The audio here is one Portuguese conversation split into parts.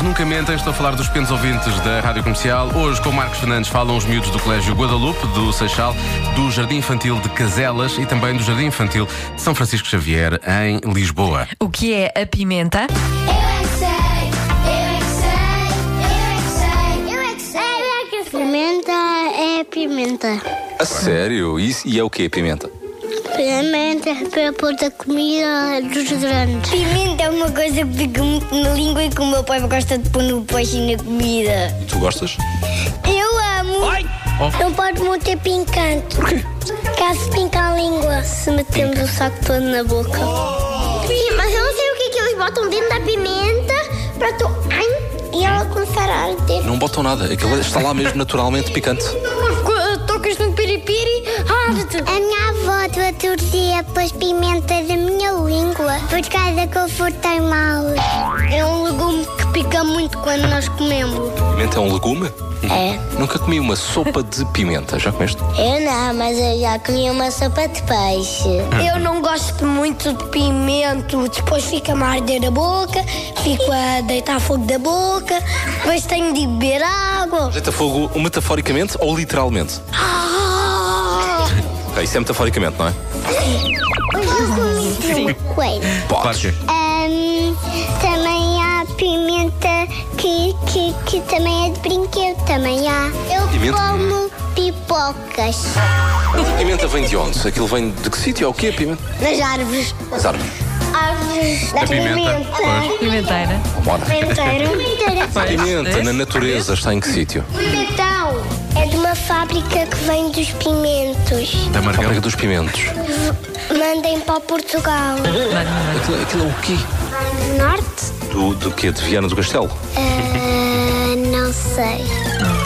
Nunca mentem, estou a falar dos pequenos ouvintes da Rádio Comercial. Hoje, com Marcos Fernandes, falam os miúdos do Colégio Guadalupe, do Seixal, do Jardim Infantil de Caselas e também do Jardim Infantil de São Francisco Xavier, em Lisboa. O que é a pimenta? Eu é que sei, eu é que sei, eu é que sei, eu é que sei, eu é que sei. Pimenta é pimenta. A sério? Isso, e é o quê, pimenta? Pimenta é para pôr da comida dos grandes. Pimenta é uma coisa que fica muito na língua e que o meu pai gosta de pôr no peixe e na comida. Tu gostas? Eu amo! Não pode muito picante. Porquê? Caso pinca a língua, se metemos o saco todo na boca. Oh. Sim, mas eu não sei o que é que eles botam dentro da pimenta para tu. Ai, e ela começar a arder. Não botam nada. Aquilo está lá mesmo naturalmente picante. Tocas no piripiri, arde! A minha avó do outro dia pôs pimenta da minha língua por causa que eu furtei mal. É um legume que pica muito quando nós comemos. Pimenta é um legume? É. Nunca comi uma sopa de pimenta. Já comeste? Eu não, mas eu já comi uma sopa de peixe. Hum. Eu não gosto muito de pimento, depois fica-me a arder a boca, fico a deitar fogo da boca, depois tenho de beber água. Deita fogo metaforicamente ou literalmente? Ah! Ok, isso é metaforicamente, não é? Hoje eu comi um uma coisa. Claro que é. também há pimenta que, que, que também é de brinquedo, também há. Eu Pimenta? como pipocas. A pimenta vem de onde? Aquilo vem de que sítio? É o quê, a pimenta? Nas árvores. As árvores. Árvores. A pimenta. Pois. Pimenteira. Vambora. Pimenteira. A pimenta na natureza está em que sítio? Pimentão. É de uma fábrica que vem dos pimentos. é. Da A fábrica Margão. dos pimentos. Mandem para Portugal. Aquilo, aquilo é o quê? Norte? Do, do quê? De Viana do Castelo? Eh, não sei.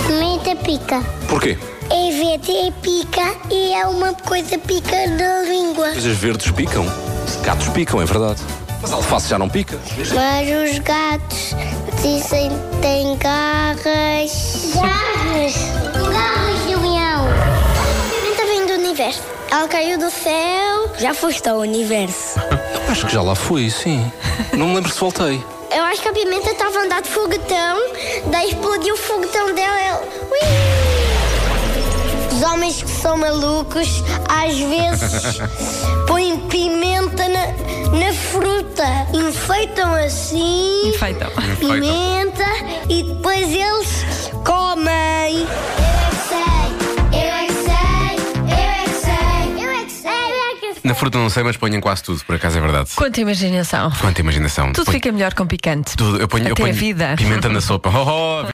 Pimenta pica. Porquê? É verde, é pica e é uma coisa pica na língua. Coisas verdes picam. Gatos picam, é verdade. Mas a alface já não pica. Mas os gatos dizem que têm garras. Garras? Garras de leão. Pimenta vem do universo. Ela caiu do céu. Já foste ao universo. Eu acho que já lá fui, sim. Não me lembro se voltei. Eu acho que a pimenta estava a andar de foguetão, daí explodiu o foguetão dela. Ela... Os homens que são malucos às vezes põem pimenta na, na fruta, enfeitam assim, Enfeitam. pimenta e depois eles comem. é Eu é que sei, eu é que sei, eu é que sei, eu é que sei. Na fruta não sei, mas ponho em quase tudo, por acaso é verdade. Quanta imaginação. Quanta imaginação. Tudo Ponho fica melhor com picante. tudo. Eu ponho, eu Até ponho a vida. pimenta na sopa. Oh, oh,